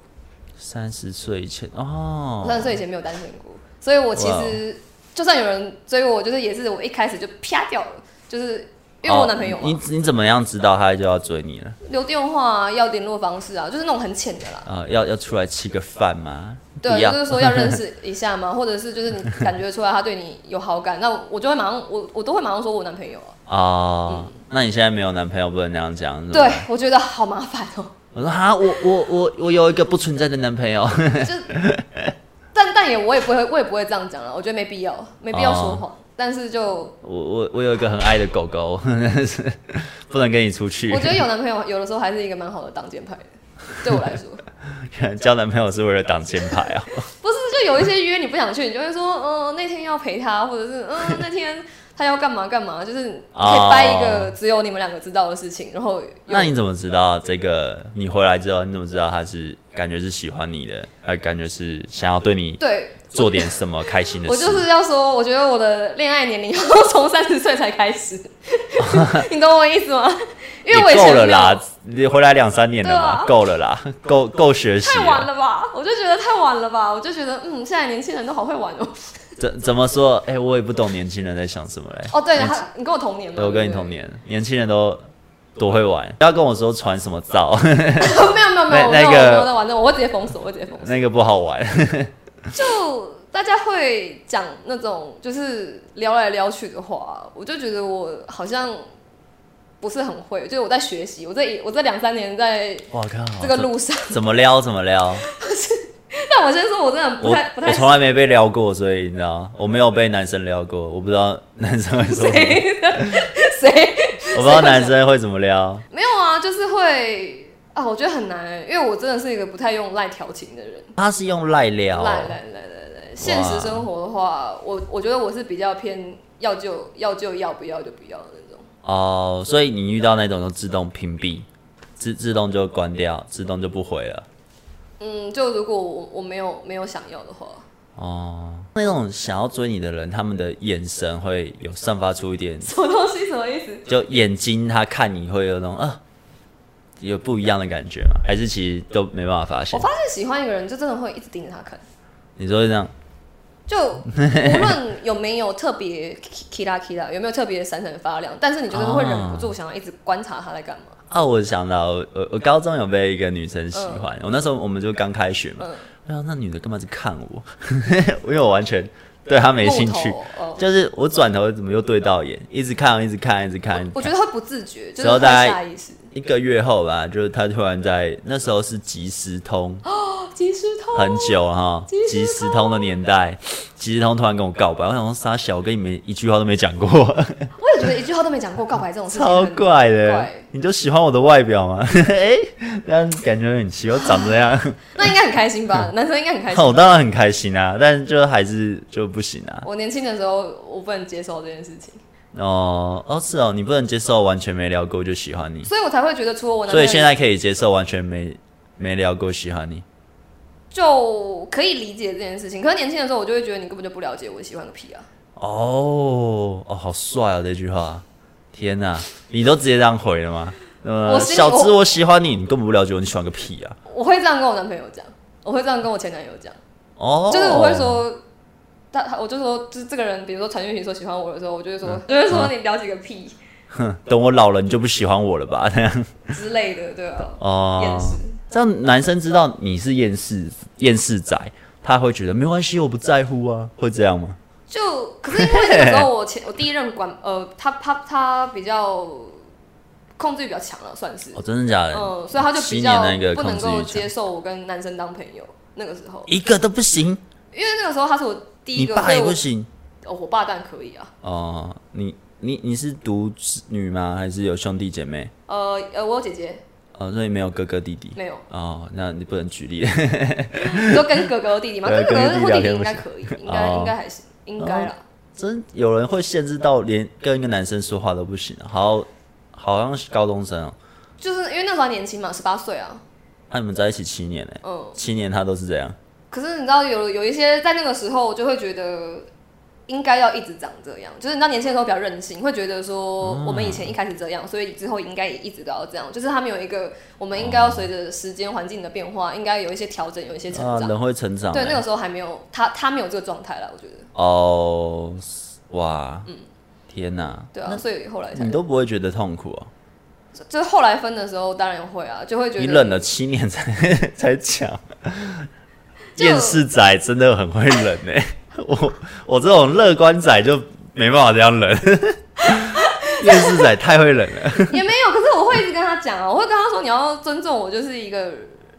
A: 三十岁以前哦
B: 三，十岁以前没有单身过，所以我其
A: 哇哦
B: 实就算有人追我，就是也是我一开始就啪掉了，就是因为我有男朋友
A: 哦
B: 嘛，
A: 你你怎么样知道他就要追你了？
B: 留电话、啊、要联络方式啊，就是那种很浅的啦。
A: 啊、要要出来吃个饭吗？不
B: 对，
A: 要
B: 就是说要认识一下 嘛，或者是就是你感觉出来他对你有好感，那我就会马上我我都会马上说我男朋友啊。
A: 哦。那你现在没有男朋友，不能那样讲。是吗
B: 对，，我觉得好麻烦哦、
A: 我说哈，我我我我有一个不存在的男朋友。
B: 就但但也我也不会，我也不会这样讲了，啊我觉得没必要，没必要说
A: 哦
B: 谎。但是就
A: 我我我有一个很爱的狗狗，不能跟你出去
B: 我。觉得有男朋友有的时候还是一个蛮好的挡箭牌的，对我 来说，
A: 交男朋友是为了挡箭牌啊。
B: 呃不是就有一些约你不想去，你就会说，嗯、那天要陪他，或者是嗯、那天他要干嘛干嘛，就是可以掰一个只有你们两个知道的事情，然后
A: 哦那你怎么知道这个？你回来之后，你怎么知道他是感觉是喜欢你的，还感觉是想要对你
B: 对
A: 做点什么开心的
B: 我
A: 事？
B: 就是要说，我觉得我的恋爱年龄要 从三十岁才开始， 你懂我意思吗？因为我 以
A: 也
B: 前
A: 够了
B: 没有
A: 啦，你回来两三年了
B: 对
A: 嘛，
B: 啊
A: 够、了 啦，够够学习
B: 太晚
A: 了。
B: 了吧？我就觉得太晚了吧？我就觉得，嗯，现在年轻人都好会玩哦。
A: 怎怎么说？哎、我也不懂年轻人在想什么嘞。
B: 哦，对了，他你跟我同年吗？
A: 对我跟你
B: 对不对
A: 同年，年轻人都多会玩，不要跟我说传什么照，
B: 没有没有没
A: 那
B: 有，我没
A: 那
B: 有我
A: 个
B: 没有在玩那个，我直接封锁，我直接封锁。
A: 那个不好玩。
B: 就大家会讲那种就是聊来聊去的话，我就觉得我好像不是很会，就是我在学习，我这一我这两三年在
A: 我靠，
B: 这个路上，
A: 怎怎么撩怎么撩？
B: 但我先说，我真的不
A: 我
B: 太不
A: 我
B: 太
A: 从来没被撩过，所以你知道，我没有被男生撩过，我不知道男生会 说什么，
B: 谁谁
A: 我不知道男生会怎么撩。
B: 没有啊，就是会啊，我觉得很难，因为我真的是一个不太用赖调情的人。
A: 他是用赖撩，
B: 来来来来来，现实生活的话，我我觉得我是比较偏要就要就要，不要就不要的那种。
A: 哦，所以你遇到那种就自动屏蔽，自自动就关掉，自动就不回了。
B: 嗯，就如果我我没有没有想要的话，
A: 哦，那种想要追你的人，他们的眼神会有散发出一点，
B: 什么东西什么意思？
A: 就眼睛他看你会有那种啊，有不一样的感觉吗？还是其实都没办法发
B: 我
A: 现？
B: 发现喜欢一个人就真的会一直盯着他看，
A: 你说这样，
B: 就无论有没有特别 kila kila，有没有特别闪闪发亮，但是你就是会忍不住想要一直观察他在干嘛。
A: 啊，我想到我我我高中有被一个女生喜欢，我那时候我们就刚开学嘛
B: 嗯，
A: 然后、那女的干嘛在看我？ 因为我完全对她没兴趣
B: 木，头哦
A: 就是我转头怎么又对到眼，一直看，一直看，一直看。一直
B: 我
A: 看
B: 觉得会不自觉，就
A: 之
B: 是
A: 后
B: 会
A: 大概
B: 下意识。
A: 一个月后吧，就是她突然在那时候是即时通，
B: 哦，即时通
A: 很久了啊哈
B: 即，时
A: 即
B: 通
A: 时通的年代，即时通突然跟我告白，我想说傻小，我跟你们一句话都没讲 过，
B: 我也觉得一句话都没讲过告白这种事情
A: 超
B: 很，
A: 怪的
B: 怪。
A: 你就喜欢我的外表吗？ 哎、那感觉很奇怪，长这样。哦
B: 那应该很开心吧？
A: 嗯
B: 男生应该很 开心吧。
A: 我当然很开心啊，但就还是就不行啊。
B: 我年轻的时候，我不能接受这件事情，
A: 哦哦，是哦，你不能接受完全没聊过就喜欢你，
B: 所以我才会觉得，除了我男
A: 所
B: 朋
A: 以
B: 友，
A: 现在可以接受完全没没聊过喜欢你。
B: 就可以理解这件事情。可是年轻的时候，我就会觉得你根本就不了解我喜欢个屁啊！
A: 哦哦，好帅啊！这句话，天哪，你都直接这样回了吗？呃
B: 我，心里
A: 小资，我喜欢你，你根本不了解我，你喜欢个屁啊！
B: 我会这样跟我男朋友讲，我会这样跟我前男友讲，
A: 哦，
B: 就是我会，说。他他我就说，就是这个人，比如说传讯息说喜欢我的时候，我就会说，
A: 嗯
B: 就会说你了解个屁
A: 等我老了你就不喜欢我了吧？这 样
B: 之类的，对啊，
A: 哦
B: 厌世，
A: 这样男生知道你是厌世厌世仔，他会觉得没关系，我不在乎啊，会这样吗？
B: 就可是因为那个时候 我前我第一任管呃，他他他比较控制欲比较强了，算是
A: 哦，真的假的？
B: 嗯，所以他就
A: 七
B: 比
A: 年
B: 较
A: 那个
B: 不
A: 控
B: 能
A: 制
B: 够
A: 欲强
B: 接受我跟男生当朋友。那个时候，
A: 一个都不行，
B: 因为那个时候他是我第一
A: 你
B: 个，
A: 爸
B: 所以
A: 也
B: 我
A: 不行
B: 哦，我爸当然可以啊。
A: 哦。你你你是独女吗？还是有兄弟姐妹？
B: 呃呃，我有姐姐
A: 哦，所以没有哥哥弟弟。
B: 没有，
A: 哦，那你不能举例。
B: 就跟哥哥弟弟嘛，
A: 对
B: 跟哥
A: 呃跟弟弟
B: 哥或
A: 聊
B: 弟
A: 天
B: 弟
A: 不行
B: 应该可以，应该
A: 哦
B: 应该还行，应该啦。
A: 真有人会限制到连跟一个男生说话都不行、啊，好，好像是高中生哦。
B: 就是因为那时候还年轻嘛，十八岁啊，
A: 那、你们在一起七年呢、
B: 嗯。
A: 七年他都是这样。
B: 可是你知道有有一些在那个时候就会觉得。应该要一直长这样，就是你知道年轻的时候比较任性，会觉得说我们以前一开始这样，所以之后应该也一直都要这样。就是他们有一个，我们应该要随着时间环境的变化，应该有一些调整，有一些成
A: 啊，
B: 长。
A: 人会成长、欸。
B: 对，那个时候还没有他，他没有这个状态了，我觉得。
A: 哦，哇，天哪、
B: 嗯对啊，所以后来才
A: 你都不会觉得痛苦哦？
B: 就是后来分的时候，当然会啊，就会觉得
A: 你忍了七年才 才讲，
B: 就
A: 厌世仔真的很会忍哎、我我这种乐观仔就没办法这样忍，厌世仔太会忍了。
B: 也没有。可是我会一直跟他讲啊，我会跟他说你要尊重我，就是一个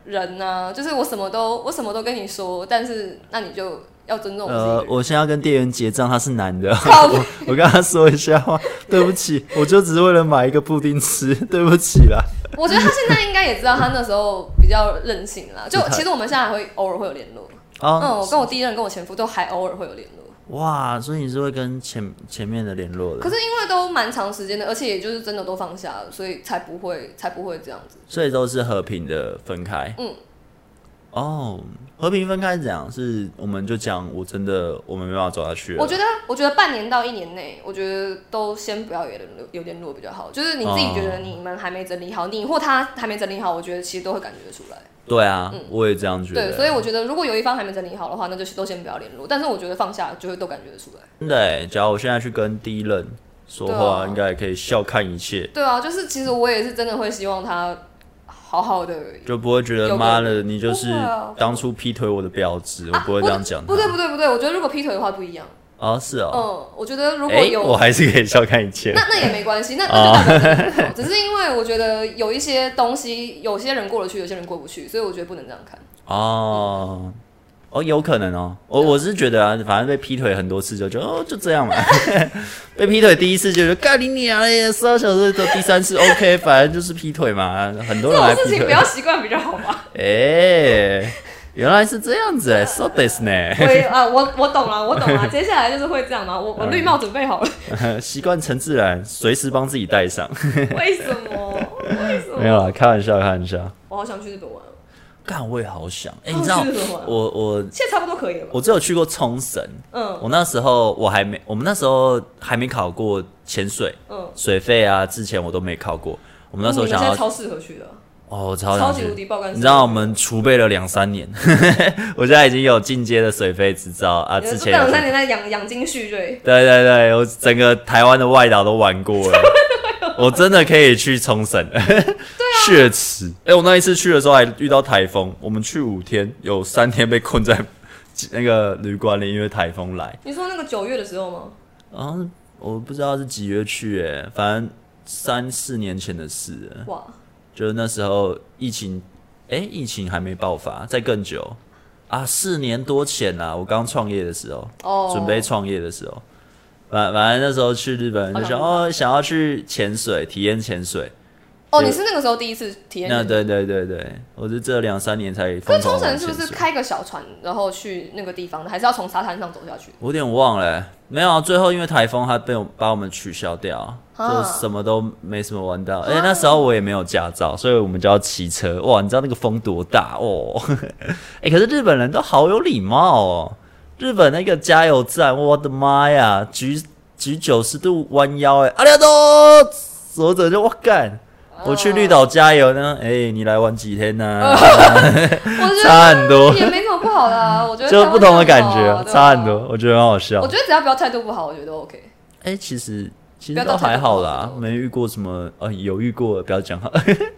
B: 人呐、就是我什么都我什么都跟你说，但是那你就要尊重我
A: 呃
B: 自，己。
A: 我现在要跟店员结账，他是男的，
B: 靠
A: 我我跟他说一下话，对不起，我就只是为了买一个布丁吃，对不起啦。
B: 我觉得他现在应该也知道他那时候比较 任性啦。就
A: 不太
B: 其实我们现在还会偶尔会有联络，嗯，
A: 哦，
B: 我跟我第一任跟我前夫都还偶尔会有联络。
A: 哇，所以你是会跟前前面的联络的，
B: 可是因为都蛮长时间的，而且也就是真的都放下了，所以才不会才不会这样子。
A: 所以都是和平的分开。
B: 嗯。
A: 哦，和平分开是怎样？是我们就讲，我真的我们没办法走下去了。
B: 我觉得，我觉得半年到一年内，我觉得都先不要有联络，有联络比较好。就是你自己觉得你们还没整理好，你或他还没整理好，我觉得其实都会感觉得出来。
A: 对啊，我也这样觉得。
B: 嗯对，所以我觉得如果有一方还没整理好的话，那就都先不要联络。但是我觉得放下就会都感觉得出来。
A: 真的欸，假如我现在去跟第一任说话，
B: 对啊
A: 应该也可以笑看一切，
B: 对啊，就是其实我也是真的会希望他好好的。
A: 就不会觉
B: 有
A: 得
B: 个
A: 妈的，你就是
B: 不会啊
A: 当初劈腿我的婊子，我不会这样讲他。啊
B: 不对不对不对，我觉得如果劈腿的话不一样。
A: 哦，是哦，
B: 嗯，我觉得如果
A: 哎，
B: 有
A: 我还哦是可以笑看一切。
B: 那那也没关 系，那那就代表你很好。只是因为我觉得有一些东西，有些人过得去，有些人过不去，所以我觉得不能这样看。
A: 哦，哦，有可能哦。我我是觉得啊，反正被劈腿很多次就觉得哦就这样嘛。 被劈腿第一次就觉得干你娘嘞，十二小时到第三次 OK，反正就是劈腿嘛，很多
B: 这
A: 人来
B: 种事
A: 劈
B: 情不
A: 腿
B: 要。习惯比较好吧。
A: 哎、原来是这样子哎，so this
B: 我
A: 呢，
B: 也啊，我我懂了，我懂了。接下来就是会这样嘛。我
A: 嗯
B: 我绿帽准 备好了。
A: 习惯成自然，随时帮自己戴上。
B: 为什么？为什么？
A: 没有啦，开玩笑，开玩笑。
B: 我好想去日本玩哦。
A: 干，我也好想。哎、
B: 哦
A: 你知道
B: 去日本玩
A: 我我
B: 现在差不多可以了吧？
A: 我只有去过冲绳，
B: 嗯
A: 我那时候我还没，我们那时候还没考过潜水。
B: 嗯。
A: 水费啊，之前我都没考过。我们那时候
B: 你
A: 想
B: 们现
A: 要
B: 在，超适合去的，
A: 哦，我超
B: 超
A: 想
B: 级无
A: 去。
B: 敌爆肝。
A: 你知道我？们储备了两三年， 我现在已经有进阶的水费执照啊。
B: 你
A: 之
B: 们
A: 前
B: 两
A: 有
B: 三年在养养精蓄锐，
A: 对对对，我整个台湾的外岛都玩 过了，
B: 啊
A: 我真的可以去冲绳。对啊，血池。哎、我那一次去的时候还遇到台风，我们去五天，有三天被困在 那个旅馆里，因为台风来。
B: 你说那个九月的时候吗？
A: 啊，我不知道是几月去、哎，反正三四年前的事了。
B: 哇，
A: 就是那时候疫情，哎、疫情还没爆发，在更久啊，四年多前啊啦、我刚创业的时候，
B: 哦，
A: 准备创业的时候，反反正那时候去日本就想哦，想要去潜水，体验潜水。
B: 哦，你是那个时候第一次体验日
A: 那
B: 本？
A: 对对对对，我是这两三年才
B: 可
A: 疯狂
B: 是
A: 玩
B: 冲绳是
A: 潜
B: 不是
A: 水。
B: 开个小船，然后去那个地方的，还是要从沙滩上走 下去？
A: 我有点忘了、没有啊，最后因为台风，它被我把我们取消掉，
B: 啊
A: 就什么都没什么玩到。而且那时候我也没有驾照，所以我们就要骑车。哇，你知道那个风多大哦！ 哎、可是日本人都好有礼貌哦。日本那个加油站，我的妈呀，举举九十度弯腰、哎，阿里亚多，走者就我干。我去绿岛加油呢，哎、你来玩几天呢、
B: 我啊 觉
A: 差很多
B: 得，也没什么不好的啊，我觉得
A: 就是不同的感
B: 台湾
A: 觉，
B: 人
A: 差很。
B: 对啊
A: 多，我觉得很好笑
B: 我。觉得只要不要态度不好，我觉得 OK。
A: 哎、其实其实
B: 不要到
A: 都
B: 太
A: 还好
B: 过
A: 啦，
B: 分
A: 没遇过什么呃，有遇过不要讲好，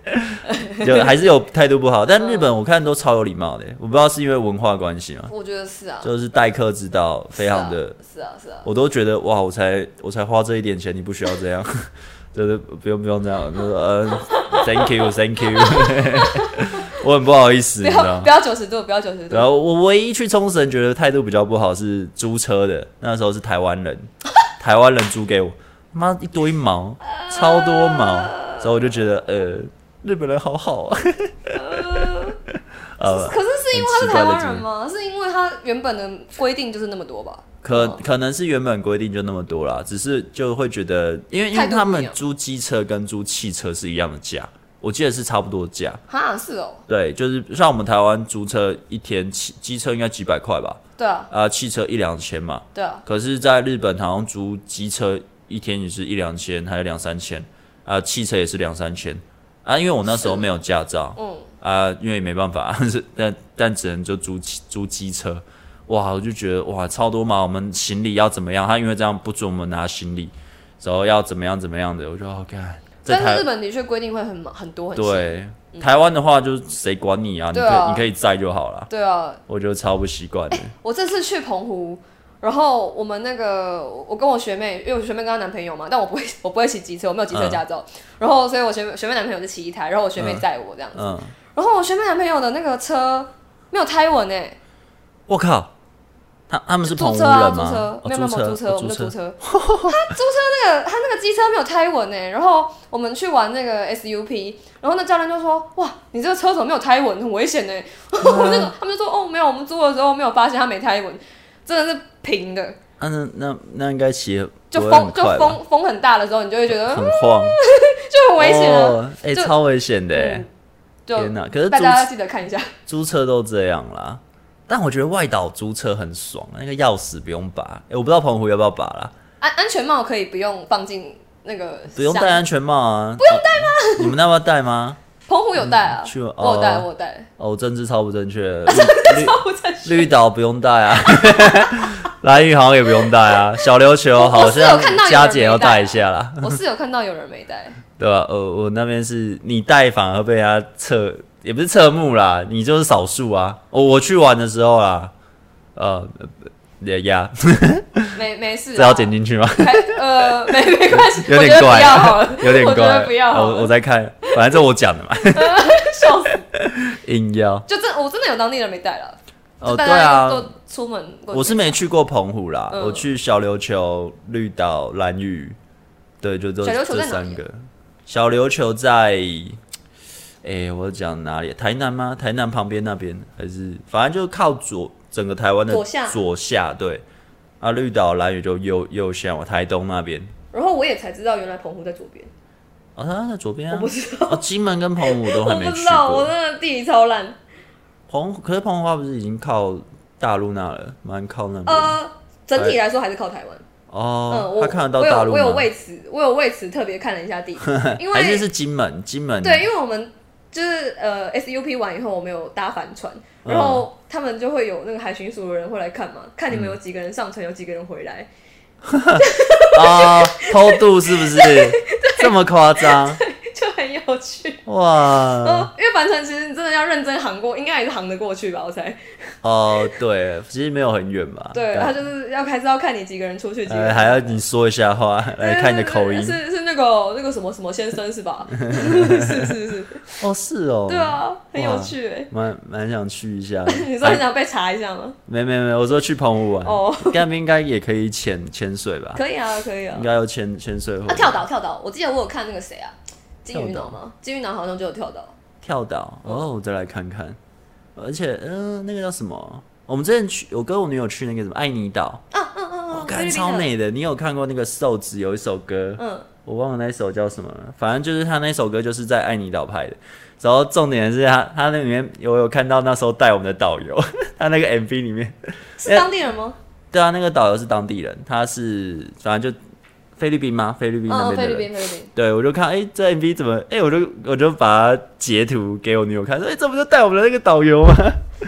A: 就 还是有态度不好。但日
B: 嗯
A: 本我看都超有礼貌的，我不知道是因为文化关系嘛，
B: 我觉得是啊，
A: 就是待客之道非常的，
B: 是啊是啊，
A: 我都觉得哇，我才我才花这一点钱，你不需要这样， 就是不用不用这样，就是呃，thank you，thank you，我很不好意思，
B: 是
A: 你
B: 啊
A: 知
B: 不
A: 道
B: 要
A: 吗
B: 不。要九十度，不要九十度
A: 啊然。后我唯一去冲绳觉得态度比较不好是租车的，那时候是台湾人， 台湾人租给我，妈一堆毛，超多毛，所以我就觉得呃，日本人好好啊， 呃，
B: 可是是因为他是
A: 很奇怪
B: 台
A: 的
B: 湾人吗？是因为他原本的规定就是那么多吧？
A: 可
B: 哦
A: 可能是原本规定就那么多啦，只是就会觉得，因为因
B: 态
A: 为
B: 度不一
A: 他
B: 样
A: 们租机车跟租汽车是一样的价，我记得是差不多的价，
B: 哈，是哦，
A: 对，就是像我们台湾租车一天汽机车应该几百块吧，
B: 对啊
A: 啊、汽车一两千嘛，
B: 对啊，
A: 可是，在日本好像租机车一天也是一两千，还有两三千啊，汽车也是两三千啊。因为我那时候没有驾照
B: 嗯，
A: 啊，因为也没办法， 是但但只能就租汽租机车。哇，我就觉得哇，超多嘛，我们行李要怎么样？他因为这样不准我们拿行李，然后要怎么样怎么样的，我就好看。在
B: 但是
A: 台
B: 日本的确规定会很很多很细
A: 对台湾的话，就是谁管你啊？你可
B: 对
A: 以、
B: 啊
A: 你可以在就好了，
B: 对啊，
A: 我觉得超不习惯的。
B: 我这次去澎湖，然后我们那个我我跟我学妹，因为我学妹跟她男朋友嘛，但我不会我不会骑机车，我没有机车驾照，然后所以我学学妹男朋友就骑一台，然后我学妹载我这样，
A: 嗯嗯，
B: 然后我学妹男朋友的那个车没有胎纹欸诶、
A: 我靠，他他们是
B: 租
A: 澎湖
B: 车
A: 人吗？
B: 啊租车
A: 哦，
B: 没有没有没有租车，
A: 哦
B: 我们就租车， 他租车那个他那个机车没有胎纹诶、然后我们去玩那个 SUP，然后那教练就说哇你这个车怎么没有胎纹，很危险欸呢、
A: 嗯
B: 我那个他们就说哦没有，我们租的时候没有发现它没胎纹，真的是平的。
A: 啊，那那那应该骑
B: 就
A: 不会
B: 风
A: 很
B: 就
A: 快吧
B: 风风很大的时候，你就会觉得
A: 很
B: 嗯
A: 晃，
B: 就 很危险啊。
A: 哦哎、
B: 就
A: 超危险的、
B: 嗯就
A: 天哪可是
B: 大家
A: 租
B: 要记得看一下，
A: 租车都这样啦。但我觉得外岛租车很爽，那个钥匙不用拔。哎、我不知道澎湖要不要拔啦，
B: 安安全帽可以不用放进那个
A: 不用
B: 箱
A: 戴安全帽啊，不用戴吗？你们那要不要戴吗？
B: 澎湖有带啊，
A: 去了
B: 我有带，
A: 哦
B: 我有带，
A: 哦，政治超不正确，绿
B: 我 在学
A: 绿绿岛不用带啊， 蓝屿好像也不用带啊，小琉球好
B: 我是有
A: 像
B: 看到有人
A: 佳姐
B: 没
A: 要
B: 带
A: 带一
B: 啊
A: 下啦。
B: 我是有看到有人没带，
A: 对吧、呃，我那边是你带反而被他侧，也不是侧目啦，你就是少数啊。我、我去玩的时候啦，呃，也呀，
B: 啊没没事啊，
A: 这要剪进去 吗？
B: 还呃没没关系，
A: 有
B: 我
A: 点
B: 觉得
A: 怪
B: 不要好了，
A: 有点
B: 我觉
A: 怪，
B: 得不要
A: 啊
B: 好
A: 我我
B: 了，
A: 在看，反正这我讲的嘛，
B: 笑死，
A: 硬要。
B: 就真我真的有当地人没带了，
A: 哦，
B: 就
A: 对
B: 大
A: 啊
B: 家，都出门过去，
A: 我是没去过澎湖啦，
B: 嗯
A: 我去小琉球、绿岛、蓝屿，对，就这
B: 小琉球
A: 这
B: 在哪里啊
A: 三个。小琉球在，哎、我讲哪里？台南吗？台南旁边那边还是？反正就是靠左整个台湾的
B: 左下
A: 下对。啊，绿岛、蓝屿就右右下，我台东那边。
B: 然后我也才知道原来澎湖在左边，
A: 哦，它在左边啊。
B: 我不知道，
A: 哦，金门跟澎湖都还
B: 我
A: 没
B: 不
A: 去
B: 知道，我
A: 过。
B: 那个地理超烂，
A: 澎湖可是澎湖话不是已经靠大陆那了，蛮靠那边。
B: 呃，整体来说还是靠台湾，嗯，
A: 嗯哎哦，
B: 我
A: 他看得到大陆吗？
B: 我有我有为此我有为此特别看了一下地图，因
A: 还是
B: 为
A: 是金门，金门
B: 对，因为我们就是呃 SUP 完以后，我们有搭帆船，
A: 嗯
B: 然后他们就会有那个海巡署的人会来看嘛，看你
A: 嗯
B: 们有几个人上船，有几个人回来。
A: 啊，偷渡是不 是这么夸张？
B: 就很有趣，
A: 哇，
B: 哦，因为帆船其实你真的要认真航过，应该也是航得过去吧，我猜。
A: 哦，对，其实没有很远吧？
B: 对，
A: 但
B: 他就是要还是要看你几个人出去，几个
A: 呃，
B: 人
A: 还要你说一下话，来看你的口音
B: 是。是是那个那个什么什么先生 是吧？是是是，
A: 哦，是哦，
B: 对，啊，很有趣哎。
A: 蛮蛮想去一下
B: 。你说你
A: 哎
B: 想被查一下吗？
A: 没没没，我说去澎湖玩，
B: 哦，
A: 那边应该也可以潜潜水吧？
B: 可以啊，可以啊
A: 哎应。该有潜潜水或
B: 啊，跳岛跳岛，我记得我有看那个谁啊，金鱼
A: 跳
B: 脑
A: 岛
B: 吗？金鱼脑好像就有跳岛。
A: 跳岛。哦，我再来看看。而且，嗯、那个叫什么？我们之前去，我跟我女友去那个什么爱尼岛，
B: 啊嗯嗯
A: 我
B: 嗯，菲
A: 看
B: 律宾
A: 超
B: 的。
A: 美的。你有看过那个瘦子有一首歌？
B: 嗯，
A: 我忘了那首叫什么了，反正就是他那首歌就是在爱尼岛拍的。然后重点是他他那里面我有看到那时候带我们的导游， 他那个 MV 里面，
B: 是当地人吗？
A: 对啊，那个导游是当地人，他是反正就菲律宾吗？菲律宾那
B: 嗯，
A: 边
B: 菲
A: 的
B: 律
A: 人。
B: 宾，菲律宾。
A: 对，我就看，哎、这 MV 怎么？哎、我就我就把它截图给我女友看，说，哎、这不就带我们的那个导游吗？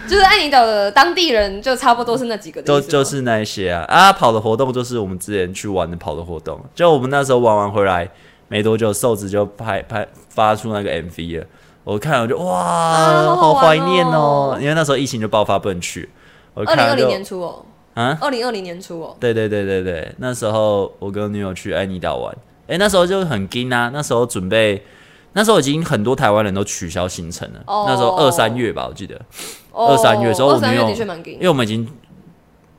B: 就是爱尼岛的当地人，就差不多是那几个的
A: 就
B: 意思吗
A: 就是那一些啊啊，跑的活动就是我们之前去玩的跑的活动，就我们那时候玩完回来没多久，瘦子就拍拍发出那个 MV 了，我看了我就哇，
B: 啊好
A: 好
B: 好玩
A: 怀念哦
B: 哦，
A: 因为那时候疫情就爆发不能去，我
B: 二
A: 看
B: 零
A: 了
B: 二
A: 就
B: 零年初哦，
A: 啊，
B: 二零二零年初哦，
A: 对对对对对，那时候我跟女友去爱尼岛玩，哎、那时候就很惊啊，那时候准备。那时候已经很多台湾人都取消行程了
B: 哦
A: 那时候二三月吧，我记得，
B: 哦
A: 二三月的时候我
B: 二三
A: 没
B: 月
A: 有
B: 的确蛮紧
A: 因，为我们已经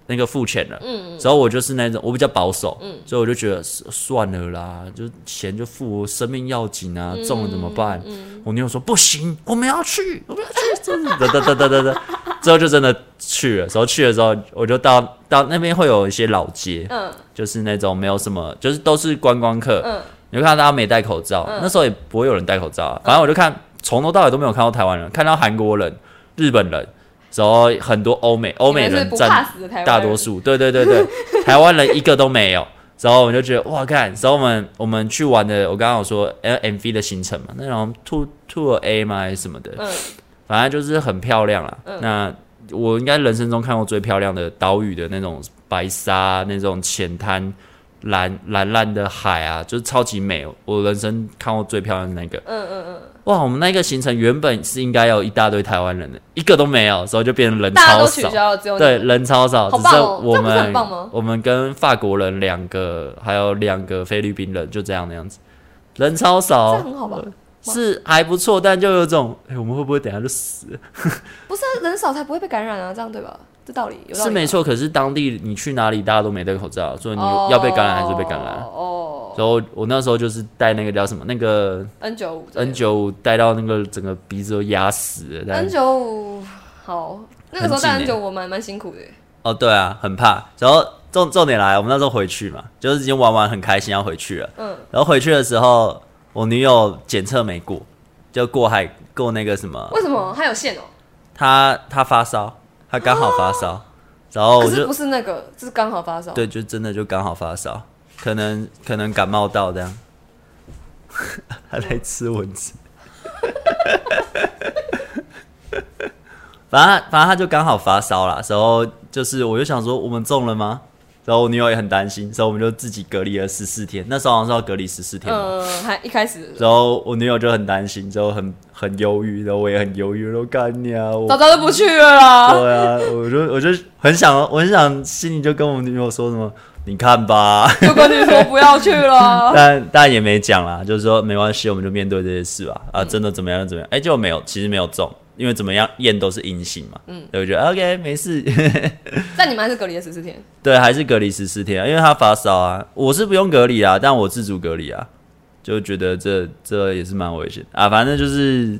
A: 那个付钱了，
B: 嗯，
A: 然后我就是那种我比较保守，所以我就觉得算算了啦，就钱就付，生命要紧啊，
B: 嗯
A: 中了怎么办？我女友说不行，我们要去，我们要去，真的，哒哒哒哒哒， 之后就真的去了。然后去的时候，我就到到那边会有一些老街，
B: 嗯
A: 就是那种没有什么，就是都是观光客，
B: 嗯
A: 你就看到大家没戴口罩，那时候也不会有人戴口罩、啊，反正我就看从头到尾都没有看到台湾人，看到韩国人、日本人，然后很多欧美欧美
B: 你们是
A: 人
B: 不
A: 站
B: 怕死的台湾人
A: 大多数，对对对 对，台湾人一个都没有。然后我们就觉得哇，看，然后我们我们去玩的，我刚刚有说 L M V 的行程嘛，那种 Two Two A 嘛还是什么的，
B: 嗯，
A: 反正就是很漂亮啦。
B: 嗯
A: 那我应该人生中看过最漂亮的岛屿的那种白沙、那种浅滩、蓝蓝蓝的海啊，就是超级美。我人生看过最漂亮的那个。
B: 嗯嗯嗯，
A: 哇，我们那个行程原本是应该要有一大堆台湾人的，一个都没有，所以就变成人
B: 大家
A: 超
B: 都取
A: 少。
B: 消了，只有你
A: 对，人超少，
B: 哦好
A: 只
B: 棒
A: 剩
B: 哦
A: 我
B: 这样不是很
A: 们
B: 棒吗
A: 我们跟法国人两个，还有两个菲律宾人，就这样那样子，人超
B: 这
A: 少，
B: 样很好吧？
A: 是还不错，但就有种，哎、我们会不会等一下就死了？
B: 不是啊，人少才不会被感染啊，这样对吧？这道理有道理啊
A: 是没
B: 吧，
A: 错，可是当地你去哪里，大家都没戴口罩，所以你
B: 哦
A: 要被感染还是被感染。
B: 哦
A: 然后我那时候就是戴那个叫什么，那个
B: ，N 九五
A: N 九五戴到那个整个鼻子都压死了。但
B: N 九五好，那个时候戴
A: 很
B: N
A: 近欸
B: 九五蛮蛮辛苦的，欸
A: 哦，对啊，很怕。然后重重点来，我们那时候回去嘛，就是已经玩完很开心要回去了。
B: 嗯，
A: 然后回去的时候，我女友检测没过，就过海过那个什么，
B: 为什么还有线哦、
A: 她她发烧，她刚好发烧，然哦后我
B: 啊可是
A: 就
B: 不是那个，这是刚好发烧。
A: 对，就真的就刚好发烧，可能可能感冒到这样， 还在吃蚊子。反正他反正他就刚好发烧啦，然后就是我就想说我们中了吗？然后我女友也很担心，所以我们就自己隔离了十四天。那时候好像是要隔离十四天嘛，
B: 嗯，还一开始
A: 然后我女友就很担心，之后很很忧郁，然后我也很忧郁，然后干你啊！我
B: 早早就不去了啦。
A: 对啊，我就我就很想，我很想心里就跟我女友说什么，你看吧，
B: 就跟你说不要去 了。
A: 但但也没讲啦，就是说没关系，我们就面对这些事吧。
B: 嗯
A: 啊，真的怎么样就怎么样？哎、结果没有，其实没有中，因为怎么样验都是阴性嘛。嗯，对，我觉得 OK 没事。
B: 但你们还是隔离了十四天。
A: 对，还是隔离十四天啊，因为他发烧啊，我是不用隔离啊，但我自主隔离啊，就觉得这这也是蛮危险啊。反正就是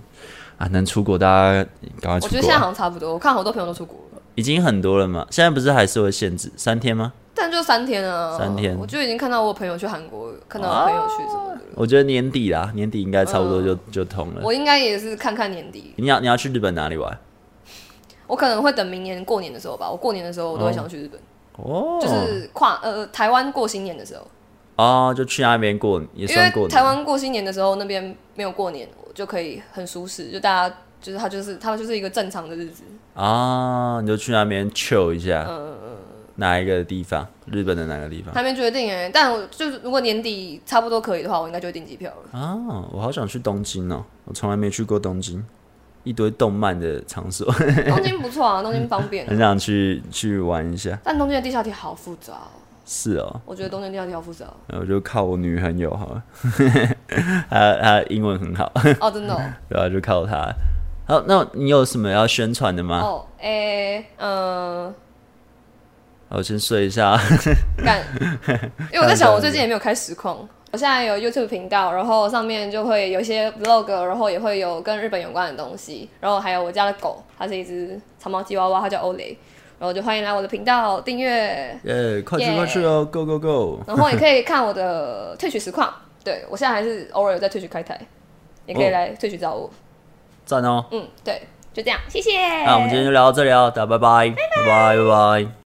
A: 啊，能出国大家赶快
B: 我
A: 出
B: 觉
A: 国
B: 得现在
A: 啊、
B: 好像差不多，我看好多朋友都出国了，
A: 已经很多了嘛，现在不是还是会限制三天吗？
B: 但就三天啊，
A: 三天
B: 我就已经看到我朋友去韩国，看到我朋友去什么的。
A: 我觉得年底啦，年底应该差不多就、就通了。
B: 嗯我应该也是看看年底，
A: 你要你要去日本哪里玩？
B: 我可能会等明年过年的时候吧。我过年的时候，我都会想去日本，
A: 哦，
B: 就是跨呃台湾过新年的时候，
A: 哦，就去那边过也
B: 因
A: 算
B: 为
A: 过
B: 台
A: 年。
B: 湾过新年的时候，那边没有过年，我就可以很舒适，就大家就是它就是它就是一个正常的日子。
A: 啊，你就去那边 chill 一下。
B: 嗯
A: 哪一个地方？日本的哪个地方？
B: 还没决定哎、但我就是如果年底差不多可以的话，我应该就会订机 票了。
A: 啊，我好想去东京哦，我从来没去过东京，一堆动漫的场所，
B: 东京不错啊，东京方便、
A: 很想去去玩一下。
B: 但东京的地下铁好复杂、哦，
A: 是哦，
B: 我觉得东京地下铁好复杂哦
A: 那我就靠我女朋友好 了，她她英文很好，
B: 哦，真的哦。
A: 对吧、就靠她。好，那你有什么要宣传的吗？
B: 哦，诶、呃，
A: 我先睡一下。
B: 干，因为我在想，我最近也没有开实况。我现在有 YouTube 频道，然后上面就会有一些 vlog，然后也会有跟日本有关的东西，然后还有我家的狗，它是一只长毛吉娃娃，它叫欧雷，然后就欢迎来我的频道订阅，
A: 耶，快去
B: 耶
A: 快去哦，Go Go Go！
B: 然后也可以看我的退取实况。对我现在还是偶尔有在退取开台，也可以
A: 哦
B: 来退取找我。
A: 赞哦。
B: 嗯，对，就这样，谢谢。
A: 那我们今天就聊到这里哦，大家拜拜，拜拜拜拜。